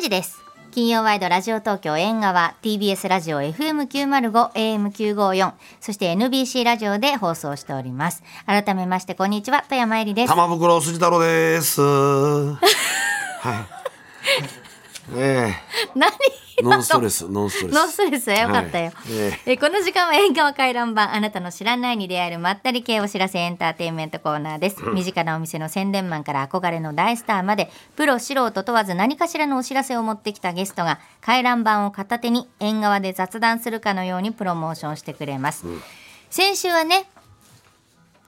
時です金曜ワイドラジオ東京縁側 TBS ラジオ FM905 AM954 そして NBC ラジオで放送しております改めましてこんにちは富山えりです玉袋筋太郎です。はい。ね 何え、ノンストレス、ノンストレス。ノンストレスはよかったよ、はいええこの時間は縁側回覧版あなたの知らないに出会えるまったり系お知らせエンターテインメントコーナーです、身近なお店の宣伝マンから憧れの大スターまでプロ素人問わず何かしらのお知らせを持ってきたゲストが回覧版を片手に縁側で雑談するかのようにプロモーションしてくれます、先週はね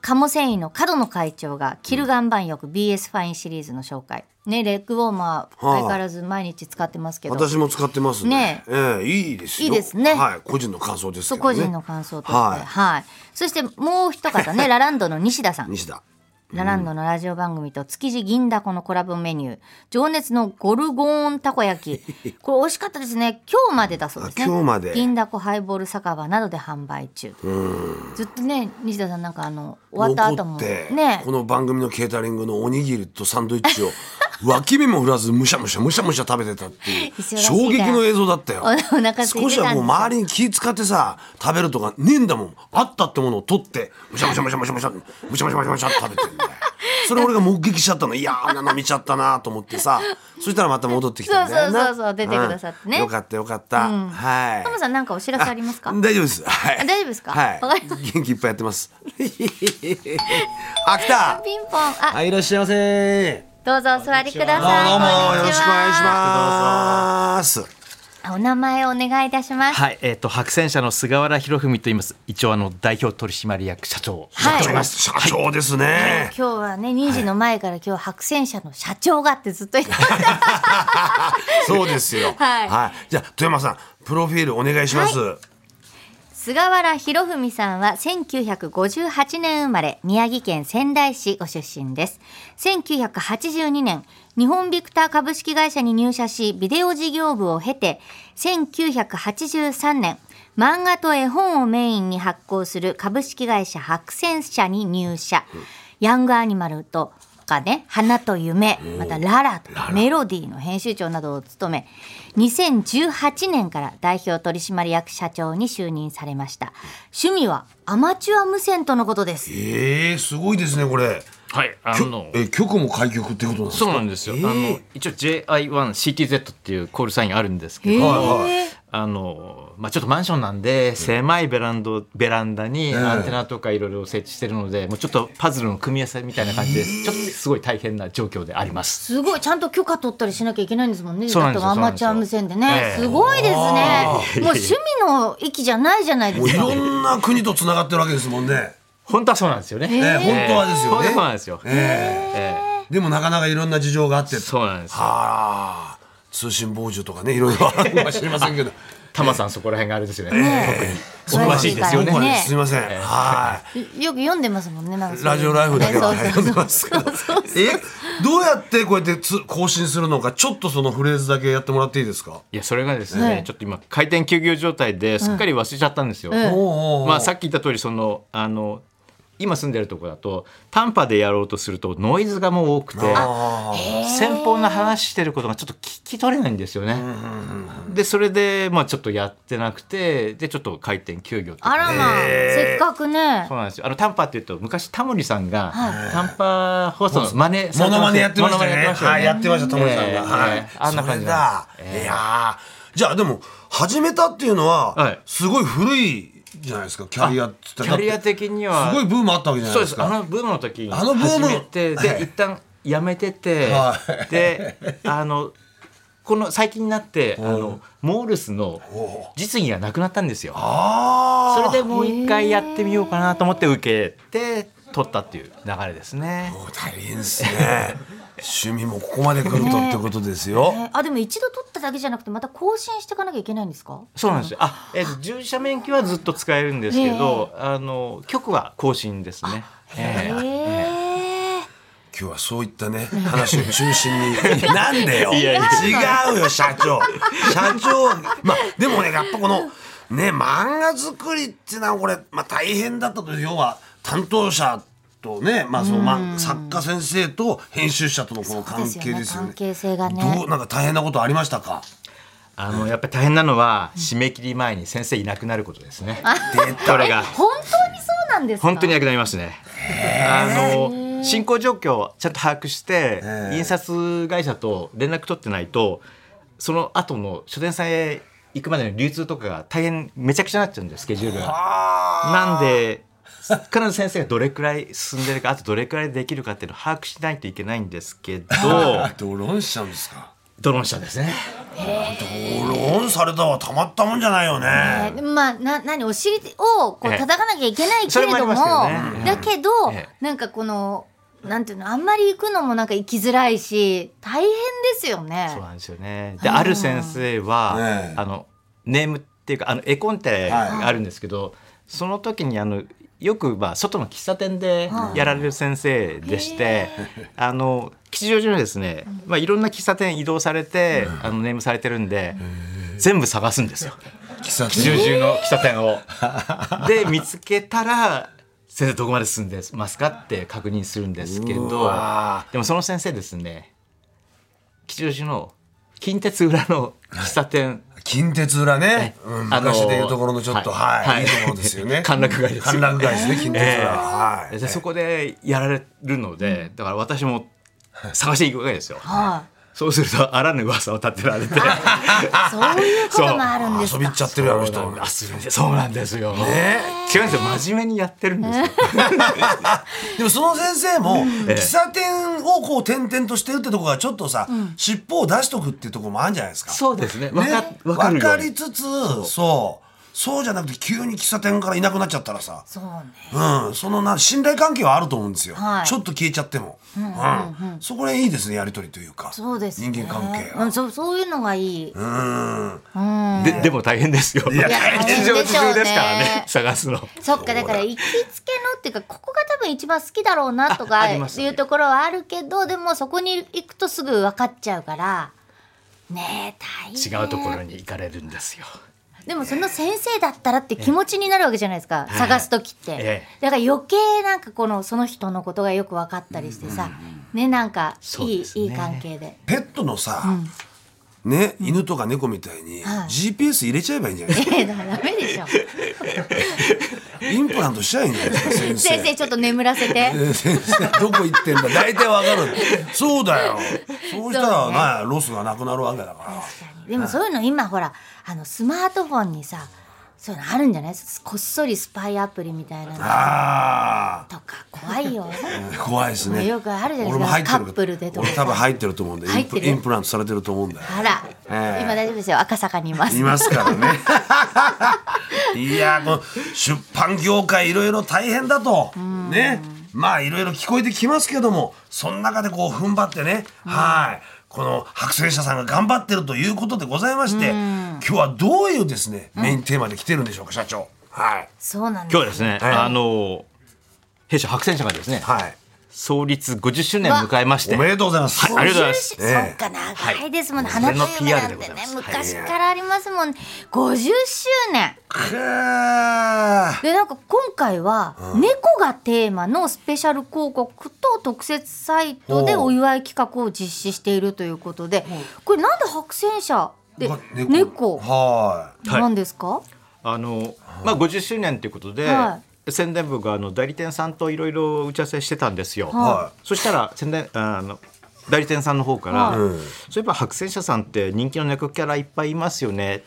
鴨繊維の角野会長が「キル岩盤浴 BS ファイン」シリーズの紹介ねレッグウォーマー相変わらず毎日使ってますけど、私も使ってますね。ねええ、いいですいよ。いですねはい、個人の感想ですけそうどね。個人の感想として、は、はいいそしてもう一 方ねラランドの西田さん西田。ラランドのラジオ番組と築地銀だこのコラボメニュー情熱のゴルゴーンたこ焼 きこれ美味しかったですね今日までだそうですねあ今日まで銀だこハイボール酒場などで販売中ずっとね西田さんなんかあの終わった後残もって、ねこの番組のケータリングのおにぎりとサンドイッチを脇目も振らずむしゃむしゃむしゃむしゃ食べてたっていう忙しいから衝撃の映像だったよおお腹空いてたんですよ少しはもう周りに気使ってさ食べるとかねえんだもんあったってものを取ってむしゃむしゃむしゃむしゃむしゃむしゃむしゃむしゃむしゃって食べてるんだよそれ俺が目撃しちゃったのいやーあんなの見ちゃったなと思ってさそしたらまた戻ってきたんだよなそうそうそうそう出てくださってねうんよかったよかった、はいタモさんなんかお知らせありますかあ大丈夫です。はいあ大丈夫ですかはいわかりま。元気いっぱいやってます。 あ、来た。ピンポンああいらっしゃいませどうぞお座りくださいこどうんにちはもよろしくお願いします。お名前をお願いいたしますはいえっ、と白泉社の菅原博文と言います一応あの代表取締役社長をはいやっております、社長ですね。今日はね2時の前から今日白泉社の社長がってずっと言ってましたそうですよ。はいじゃあ富山さん、プロフィールお願いします。 菅原博文さんは1958年生まれ宮城県仙台市ご出身です1982年日本ビクター株式会社に入社しビデオ事業部を経て1983年漫画と絵本をメインに発行する株式会社白泉社に入社、ヤングアニマルとかね「花と夢」また「ララ」とか「メロディー」の編集長などを務め2018年から代表取締役社長に就任されました趣味はアマチュア無線とのことですええー、すごいですねこれ。はい、あの、え、曲も開局ってことなんですか。そうなんですよ。えーあの、一応 J. I. 1 C. T. Z. っていうコールサインあるんですけへど。はいはいえあの、まあ、ちょっとマンションなんで、狭いベランド、ベランダにアンテナとかいろいろ設置してるので、もうちょっとパズルの組み合わせみたいな感じで、ちょっとすごい大変な状況であります。すごいちゃんと許可取ったりしなきゃいけないんですもんねそうなんですよだってアマチュア無線でねええすごいですねもう趣味の域じゃないじゃないでもういすかろんな国と繋がってるわけですもんね。本当はそうなんですよね。ええー、本当はですよね。本当はそうなんですよ。ええーでもなかなかいろんな事情があってえ。そうなんです。はあ通信傍受とかねいろいろあるかもしれませんけどタマさん、そこら辺があれですよね。特にお詳詳ししいいでですすよねよねすみません、はいよく読んでますもんねなんかそういうラジオライフだけはね読んで ますけどえどうやってこうやってつ更新するのかちょっとそのフレーズだけやってもらっていいですかいやそれがですね、はいちょっと今開店休業状態ですっかり忘れちゃったんですよ。ええおうおうおうまあ、さっき言った通りそのあの今住んでるとこだと短波でやろうとするとノイズがもう多くてあー先方の話してることがちょっと聞き取れないんですよね。でそれで、まあ、ちょっとやってなくてでちょっと開店休業とかあらまあ、えせーっかくねそうなんですよ。あの短波っていうと昔タモリさんがは短波放送の真似さモノれてマまネすやってましたモノマネねやってましたよはいやってましたタモリさんええがはえいえあんな感それじなんだですいやーじゃあでも始めたっていうのははいすごい古いじゃないですかキャリアっつったキらャリア的にだっはてすごいブームあったわけじゃなそいうでですすかあのブームの時にあのブー始ムめてはでい一旦やめててはであのこの最近になってあのモールスの実技がなくなったんですよあそーれでもう一回やってみようかなと思って受けて取ったっていう流れですねもう大変ですね趣味もここまで来るとってことですよ、えーあでも一度取っただけじゃなくてまた更新していかなきゃいけないんですかそうなんですよあえっと従者免許はずっと使えるんですけどあの局は更新ですねへえええ今日はそういったね話を中心に なんでよいやい違うよ社長社長まあでもねやっぱこのね漫画作りっていうのはこれ、まあ、大変だったと要は担当者とね、まあそのまあ作家先生と編集者とのこの関係ですよね。そうですよね関係性がねどうなんか大変なことありましたか。あのやっぱり大変なのは締め切り前に先生いなくなることですね。これが本当にそうなんですか本当になくなりますね。あの進行状況をちゃんと把握してえ印刷会社と連絡取ってないとその後の書店さんへ行くまでの流通とかが大変めちゃくちゃになっちゃうんですスケジュールが。なんで必ず先生がどれくらい進んでるかあとどれくらいできるかっていうのを把握しないといけないんです けどドローンしちゃうんですか。ドローンしたんですね。ドローンされたはたまったもんじゃないよね。えまあ、な何お尻をこうええ叩かなきゃいけないけれどもそれもありますけどねだけど、ええなんかこのなんていうのあんまり行くのもなんか行きづらいし大変ですよねそう。なんですよね。で、ある先生は、ねえあのネームっていうかあの絵コンテがあるんですけど、その時にあのよくまあ外の喫茶店でやられる先生でして、あの吉祥寺のですね、まあいろんな喫茶店移動されて、あのネームされてるんで。全部探すん ですよ喫茶吉祥寺の喫茶店 を。で見つけたら先生どこまで進んでますかって確認するんですけうどわでもその先生ですね吉祥寺の近鉄裏の喫茶店近鉄裏ね、うんあの昔でいうところのちょっとはい、い、いところですよね。歓楽街です歓よ楽街ですね近鉄裏、ええはい。でそこでやられるのでだから私も探していくわけですよはそうするとあらぬ噂を立てられてい、そういうこともあるんです遊びかっちゃってるよあの人。あすいませんそうなんですよ、違うんですよ真面目にやってるんですよでもその先生も喫茶店をこう転々としてるってところがちょっとさ、尻尾を出しとくっていうところもあるんじゃないですか。そうですねねわか,、わわかかるようにりつつそうそうじゃなくて急に喫茶店からいなくなっちゃったらさ、そうねうん、そのな信頼関係はあると思うんですよ、はいちょっと消えちゃっても、うんそこら辺いいですねやり取りというかそうですね人間関係うが。ん、そうそういうのがいい、うんででも大変ですよ。や大変でしょうね日常ですからね、探すの。そっかだから行きつけのっていうかここが多分一番好きだろうなとあかあいりますねうところはあるけどでもそこに行くとすぐ分かっちゃうからねえ大変違うところに行かれるんですよ。でもその先生だったらって気持ちになるわけじゃないですか、探す時って、えだから余計なんかこのその人のことがよく分かったりしてさ、ねなんかいそうい,、ですねいい関係でペットのさ、ね、犬とか猫みたいにはい GPS 入れちゃえばいいんじゃないですええだからダメで しょか、 インプラントしちゃえばいいんじゃないですか先生先生ちょっと眠らせてえ先生どこ行ってんだ大体わかるそうだ よそうしたらそうねな、ロスがなくなるわけだかでもそういうの今ほらあのスマートフォンにさそういうのあるんじゃないこっそりスパイアプリみたいなのらあとか怖いよー怖いですねよくあるじゃないですか俺も入ってるカップルでとか俺多分入ってると思うんでイ入ンってプるインプラントされてると思うんだよあら、ええ今大丈夫ですよ赤坂にいますいますか らねいやーこの出版業界いろいろ大変だとねまあいろいろ聞こえてきますけどもその中でこう踏ん張ってね、はいこの白戦車さんが頑張ってるということでございまして、今日はどういうですねメインテーマで来てるんでしょうか社長はいそうなんです今日はですね、はいあの弊社白戦社がですね、はい創立50周年を迎えまして、おめでとうございます、はいありがとうございますそええっか長いですもんね、はい花と夢なんてそれの PR でごねざいます昔からありますもんね50周年くーでなんか今回は猫がテーマのスペシャル広告と特設サイトでほうお祝い企画を実施しているということでこれなんで白戦車でうわ猫はなんですかあのまあ50周年ということで、は宣伝部があの代理店さんといろいろ打ち合わせしてたんですよ。いはそしたら宣伝あの代理店さんの方から、はいうんそういえば白戦車さんって人気の猫キャラいっぱいいますよね。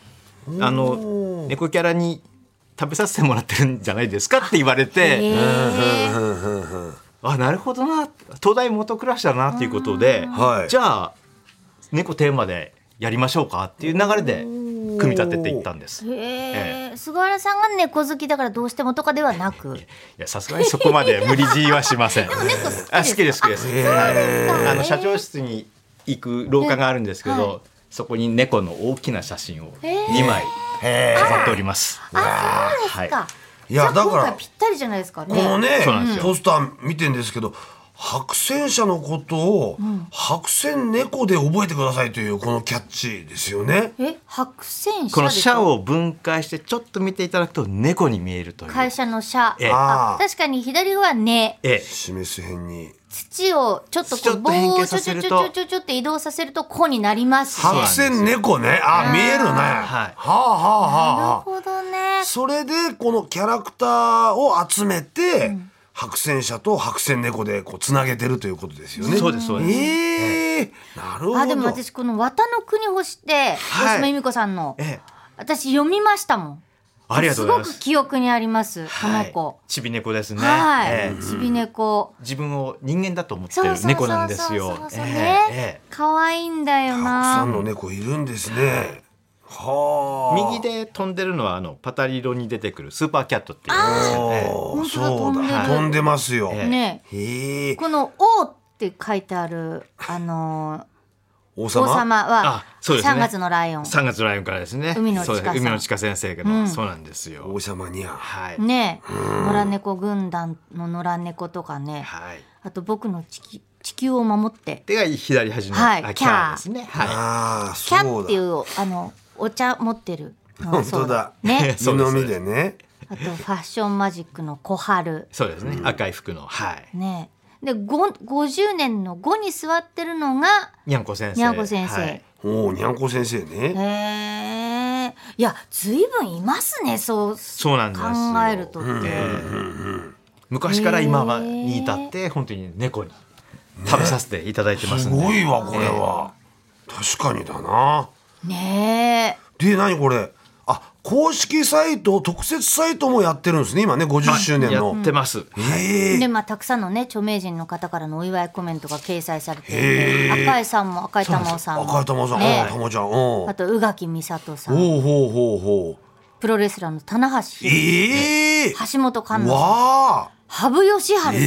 あの猫キャラに食べさせてもらってるんじゃないですかって言われへて、えあなるほどな東大元暮らしだなっていうことで、はいじゃあ猫テーマでやりましょうかっていう流れで組み立てていったんです。いへえ菅原さんが猫好きだからどうしてもとかではなくやさすがにそこまで無理強いはしません。でも猫好き ですかあ好きです好きです。へえあの社長室に行く廊下があるんですけど、うんはそこに猫の大きな写真をへえ2枚いへー飾っております。あそうですか、はいいやじゃあだから今回ぴったりじゃないですかねこのねそうなんですよポスター見てんですけど白線車のことを、白線猫で覚えてくださいというこのキャッチですよね。え白線こ車のですか社を分解してちょっと見ていただくと猫に見えるという。会社の社ええああー確かに左はねええ示す辺に土をちょっとこちょうっと棒変を形ちょさちせょるちとょちょちょちょって移動させると「こ」になりますし白な線猫ね。あ、見えるね。はいはあはあはあるはほどねあ。それでこのキャラクターを集めて、白線車と白線猫でこうつなげてるということですよね。そうですそうですええなるほど。あでも私この「綿の国星」ってはい大島由美子さんのええ私読みましたもんありがとうございますす。ごく記憶にありますこの子ちび猫ですね。はええいちび猫自分を人間だと思ってそうるそう猫そなんうですそうよそう。そえうねえええ可愛いんだよたくさんなの猫いるんですね。はあ。右で飛んでるのはあのパタリロに出てくるスーパーキャットっていう。おー。そ本う当だ。だ飛んでますよ。えねへえ。この「王」って書いてあるあのー王王様。様はあそうですね3月のライオン3月のライオンからですね。海野そうで千す佳さん海野千佳先生うのんそうなんですよ王。様にゃ。はいね野良猫軍団の野良猫とかねはい。あと僕の地球地球を守ってでが左端のはいあキキャーャーですね。はい。ああ、キャそンっていううあのお茶持ってるのがそう本当だ ねだ。湯飲みでね。あとファッションマジックの小春そうですね。赤い服のはい。ねでご50年の5に座ってるのがにゃんこ先生。にゃんこ先生、はいおお、にゃんこ先生ね。へえいや随分いますねそうそうなんですよ。考えるとねええ昔から今はに至って本当に猫に食べさせていただいてますすんで。ごいわ、これは。確かにだな。ねで、何これ。あ、公式サイト、特設サイトもやってるんですね。今ね、50周年やのっ。てます。へええ。でまあたくさんのね著名人の方からのお祝いコメントが掲載されていへてえ赤井さんも赤井玉緒さんも赤い玉さん、ねあ玉ちゃん、うん。あと宇垣美里さんほうほうほうほう。プロレスラーの棚橋宏ええ。橋本環奈さんわあ。羽生善治さんえ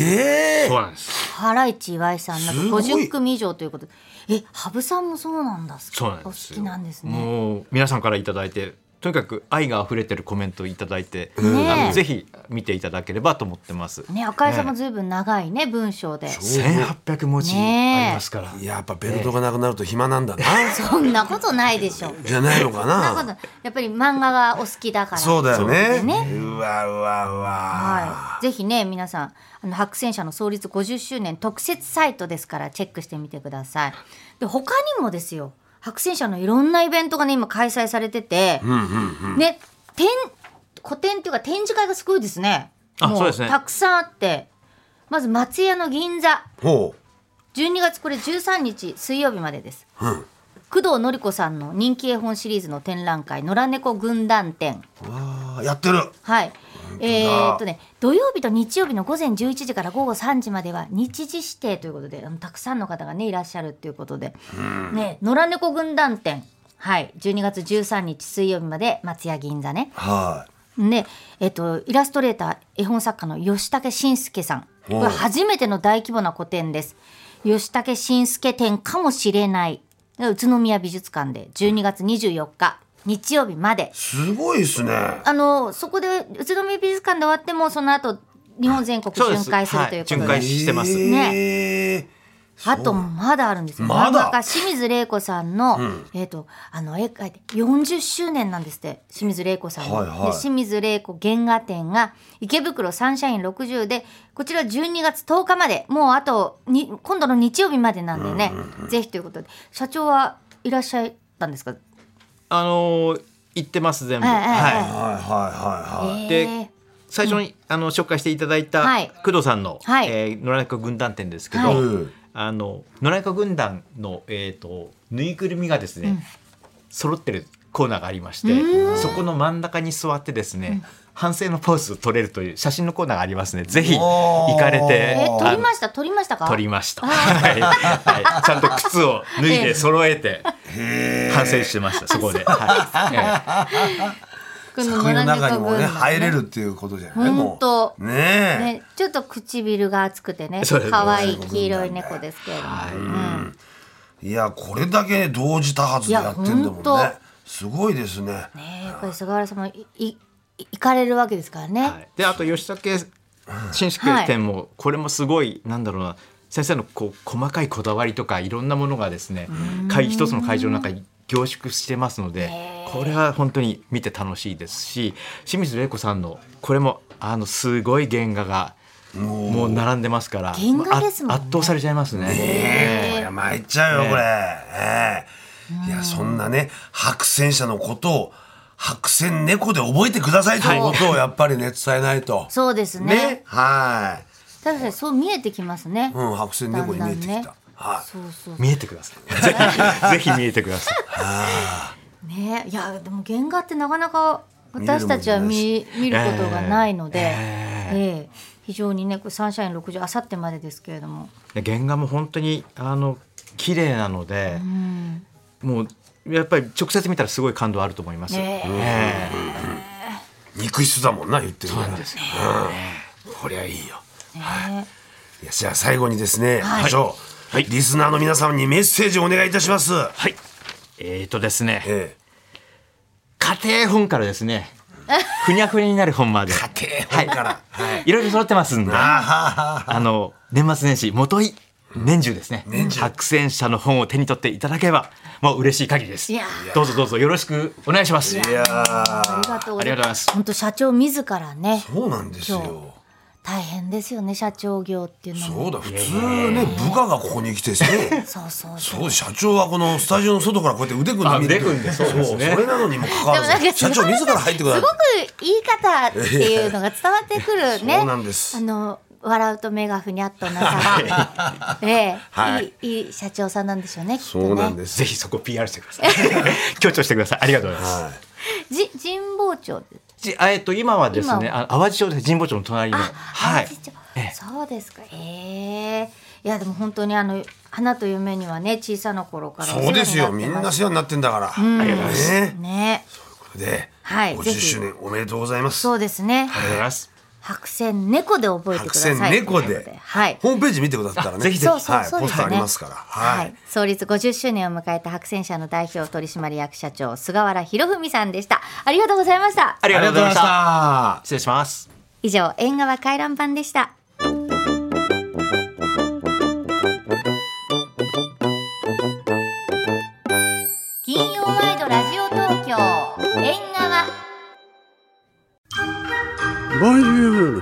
えそう。なんです。ハライチ岩井さんなどすごい50組以上ということでえ羽生さんもそうなんだそうなんでお好すきよ。なんですねもう皆さんからいただいて、とにかく愛が溢れてるコメントをいただいて、んあねえのぜひ見ていただければと思ってます。ね赤井さんもずいぶん長いね文章で1800文字ありますから。やっぱベルトがなくなると暇なんだな。そんなことないでしょじゃないのかそんなことな。やっぱり漫画がお好きだからそうだよね。そうですねうわうわうわ。はい、ぜひね皆さんあの白戦車の創立50周年特設サイトですからチェックしてみてくださいで他にもですよ白戦車のいろんなイベントがね今開催されてて、ね展個展っていうか展示会がすごいですねあもそうですねたくさんあってまず松屋の銀座ほ12月これ13日水曜日までですう。うん。工藤典子さんの人気絵本シリーズの展覧会「野良猫軍団展」わあやってる。はい。え当だーっとね、土曜日と日曜日の午前11時から午後3時までは日時指定ということであのたくさんの方がねいらっしゃるということで、ね野良猫軍団展はい12月13日水曜日まで松屋銀座ねはで、えっと、イラストレーター絵本作家の吉武慎介さんこおうれ初めての大規模な個展です吉武慎介展かもしれない宇都宮美術館で12月24日日曜日までい。すごいですね。あのそこで宇都宮美術館で終わってもその後日本全国そうです巡回するということで、はい巡回してますね。あとまだあるんですよまだ漫画家清水玲子さんの、えっ、とあの絵描いて40周年なんですって清水玲子さんの、はいはいで清水玲子原画展が池袋サンシャイン60でこちら12月10日までもうあとに今度の日曜日までなんでね、ぜひということで社長はいらっしゃったんですか、あのー言ってます全部。ええええはい。はいはいはいはい。でえー最初に、あの紹介していただいたはい工藤さんの、はいえー野良猫軍団展ですけど、はいうんあの野良猫軍団の、えー、とぬいぐるみがですね、揃ってるコーナーがありましてそこの真ん中に座ってですね、反省のポーズを撮れるという写真のコーナーがありますねぜひおー行かれてえあの撮りました撮りましたか撮りました、はいはい、ちゃんと靴を脱いで揃えて反省してましたそこで、はいええこ作品の中にも野良猫軍ね団入れるっていうことじゃない。本もう当、ねえ。ね、ちょっと唇が厚くてねそうです可愛い黄色い猫ですけれども、いやこれだけ同時多発でやってんだもんいやほんねと。すごいですね。ねえやっぱり菅原さんもいい行かれるわけですからね、はい、であと吉武紳助店もこれもすごいなんだろうな先生のこう細かいこだわりとかいろんなものがですね会一つの会場の中に凝縮してますのでこれは本当に見て楽しいですし清水玲子さんのこれもあのすごい原画がもう並んでますから原画ですもんねあ圧倒されちゃいますね。ええこれ参っちゃうよ、これ。ええいや、そんなね、白戦者のことを、白戦猫で覚えてくださいということを、やっぱりね、伝えないと。そうですねね。は確かにそう見えてきますね、い。うん、白戦猫に見えてきだんだんねた。はそうそう見えてください。ぜひぜひ見えてください。ねいやでも原画ってなかなか私たちは見見ることがないので、ええ非常にねこれサンシャイン60あさってまでですけれどもで原画も本当にあの綺麗なので、もうやっぱり直接見たらすごい感動あると思います。ねええい。肉質だもんな、言ってるから。うんこりゃいいよ。いや、じゃあ最後にですね、課長、はいリスナーの皆様にメッセージをお願いいたします。はい。えーとですね、ええ家庭本からです ね、ふにゃふにゃになる本まで、家庭本から。はい。いろいろ揃ってますんで、ああはは。の年末年始元い年中ですね年、中白戦者の本を手に取っていただければもう嬉しい限りですいや。どうぞどうぞよろしくお願いします。いやーありがとうござありがとうございいまますす本当社長自らねそうなんです今よ。大変ですよね社長業っていうのもそうだ普通ね部下がここに来てねそうそうそうそう社長はこのスタジオの外からこうやって腕組んで見てあ腕組んでそうですねそれなのにもかかわでもらなんずか社長自ら入ってくだすさいごくいい方っていうのが伝わってく るねそうなんですあの笑うと目がふにゃっとな さる、ええはいいいいい社長さんなんでしょうねきっとねそうなんですぜひそこ PR してください。強調してください。ありがとうございます。じ神保町でじあえっと今はですね、今あの淡路町です。神保町の隣の。あ、ははいい。、そうですか。ええいやでも本当にあの花という目にはね小さな頃からそうですよみんなね世話になってんだからありがとうございますねねということではいぜ50ひ周年おめでとうございますそうですねありがとうございます。白線猫で覚えてく白ださい線猫ということではいホームページ見てくださったらねぜひぜそうそうはいそうポですねスターありますからは、はい創立50周年を迎えた白線社の代表取締役社長菅原博文さんでしたありがとうございましたありがとうございました。た失礼します。以上縁側回覧版でした金曜ワイドラジオ東京縁側ボンジュール